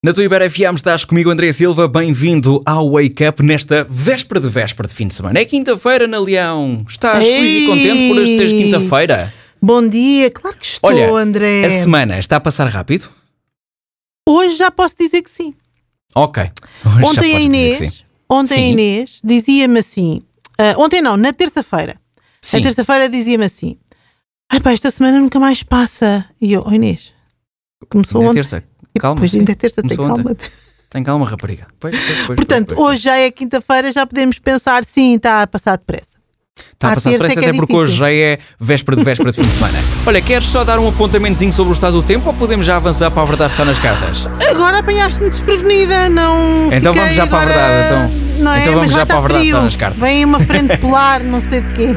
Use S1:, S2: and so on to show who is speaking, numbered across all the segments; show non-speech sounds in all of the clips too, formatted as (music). S1: Na tua Ibera FM estás comigo, André Silva. Bem-vindo ao Wake Up nesta véspera de véspera de fim de semana. É quinta-feira, na Leão. Estás
S2: Ei!
S1: feliz e contente por hoje ser quinta-feira?
S2: Bom dia, claro que estou,
S1: Olha,
S2: André.
S1: A semana está a passar rápido?
S2: Hoje já posso dizer que sim.
S1: Ok. (laughs) Hoje já
S2: Ontem a
S1: podes dizer que
S2: Inês, é ontem a
S1: Sim.
S2: Inês dizia-me assim. ah, ontem não, na terça-feira.
S1: Sim.
S2: Na
S1: Sim.
S2: terça-feira dizia-me assim. Ai pá, esta semana nunca mais passa. E eu, oh Inês, começou
S1: Ainda é
S2: ontem.
S1: terça. Calma.
S2: Pois
S1: sim.
S2: ainda é terça, tem
S1: Começou ontem.
S2: calma.
S1: Tem calma, rapariga. Pois, pois, pois, pois,
S2: Portanto,
S1: pois, pois.
S2: hoje já é quinta-feira, já podemos pensar, sim, está a passar depressa.
S1: Está a
S2: à
S1: passar
S2: terça é
S1: depressa,
S2: que é
S1: até porque hoje já é véspera de véspera de fim de
S2: (laughs)
S1: semana. Olha, queres só dar um apontamentozinho sobre o estado do tempo ou podemos já avançar para a verdade que está nas cartas?
S2: Agora apanhaste-me desprevenida, não.
S1: Então
S2: fiquei
S1: vamos já para a
S2: agora-
S1: verdade, então.
S2: Não é?
S1: Então vamos
S2: Mas
S1: já
S2: vai
S1: para a
S2: estar
S1: verdade,
S2: frio.
S1: está nas cartas.
S2: Vem uma
S1: (laughs)
S2: frente polar, não sei de quê.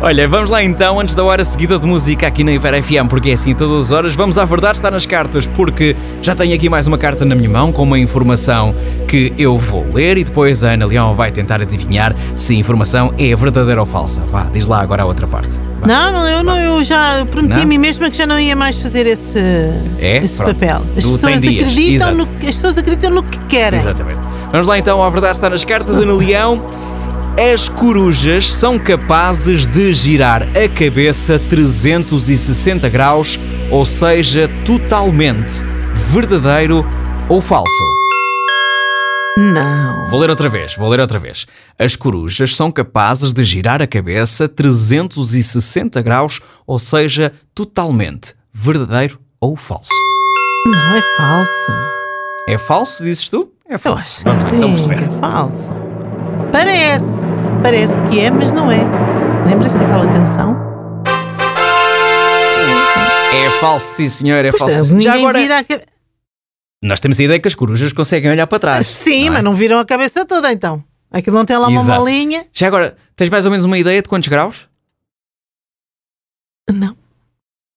S1: Olha, vamos lá então, antes da hora seguida de música aqui na Iver FM, porque é assim todas as horas, vamos à verdade estar nas cartas, porque já tenho aqui mais uma carta na minha mão com uma informação que eu vou ler e depois a Ana Leão vai tentar adivinhar se a informação é verdadeira ou falsa. Vá, diz lá agora a outra parte. Vá.
S2: Não, não, eu, não, eu já prometi
S1: Não?
S2: a mim mesma que já não ia mais fazer esse,
S1: É?
S2: esse
S1: Pronto.
S2: papel. As
S1: Tu
S2: pessoas,
S1: tem dias,
S2: acreditam no,
S1: exato.
S2: que- as pessoas acreditam no que querem.
S1: Exatamente. Vamos lá então à verdade estar nas cartas, Ana Leão. As corujas são capazes de girar a cabeça 360 graus, ou seja, totalmente verdadeiro ou falso.
S2: Não.
S1: Vou ler outra vez, vou ler outra vez. As corujas são capazes de girar a cabeça 360 graus, ou seja, totalmente verdadeiro ou falso.
S2: Não é falso.
S1: É falso, dizes tu? É
S2: Eu
S1: falso.
S2: acho que sim,
S1: então perceber.
S2: é falso. Parece, parece que é, mas não é. Lembras daquela canção?
S1: É falso, sim senhor, é
S2: Pois,
S1: falso.
S2: ninguém
S1: Já agora,
S2: vira a cabe-
S1: nós temos a ideia que as corujas conseguem olhar para trás.
S2: Ah, Sim,
S1: não é?
S2: mas não viram a cabeça toda então. Aquilo não tem lá uma
S1: Exato.
S2: molinha.
S1: Já agora, tens mais ou menos uma ideia de quantos graus?
S2: Não.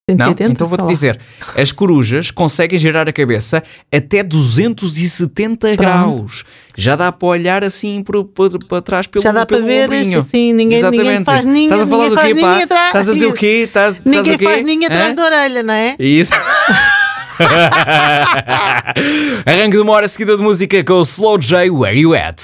S1: Não?
S2: 180,
S1: então vou-te
S2: sei lá.
S1: dizer. As corujas conseguem girar a cabeça até 270 graus. Já dá para olhar assim para, para, para trás pelo
S2: Já dá para
S1: pelo
S2: ver,
S1: ombrinho.
S2: isto assim, ninguém, ninguém faz ninguém.
S1: Estás a falar do quê,
S2: ninguém faz
S1: pá?
S2: ninguém atrás-
S1: Estás a dizer o quê? Estás, estás
S2: Ninguém
S1: o quê?
S2: faz ninguém atrás
S1: Hã?
S2: da orelha, não é?
S1: Isso. (laughs) Arranque de uma hora seguida de música com o Slow J, Where You At?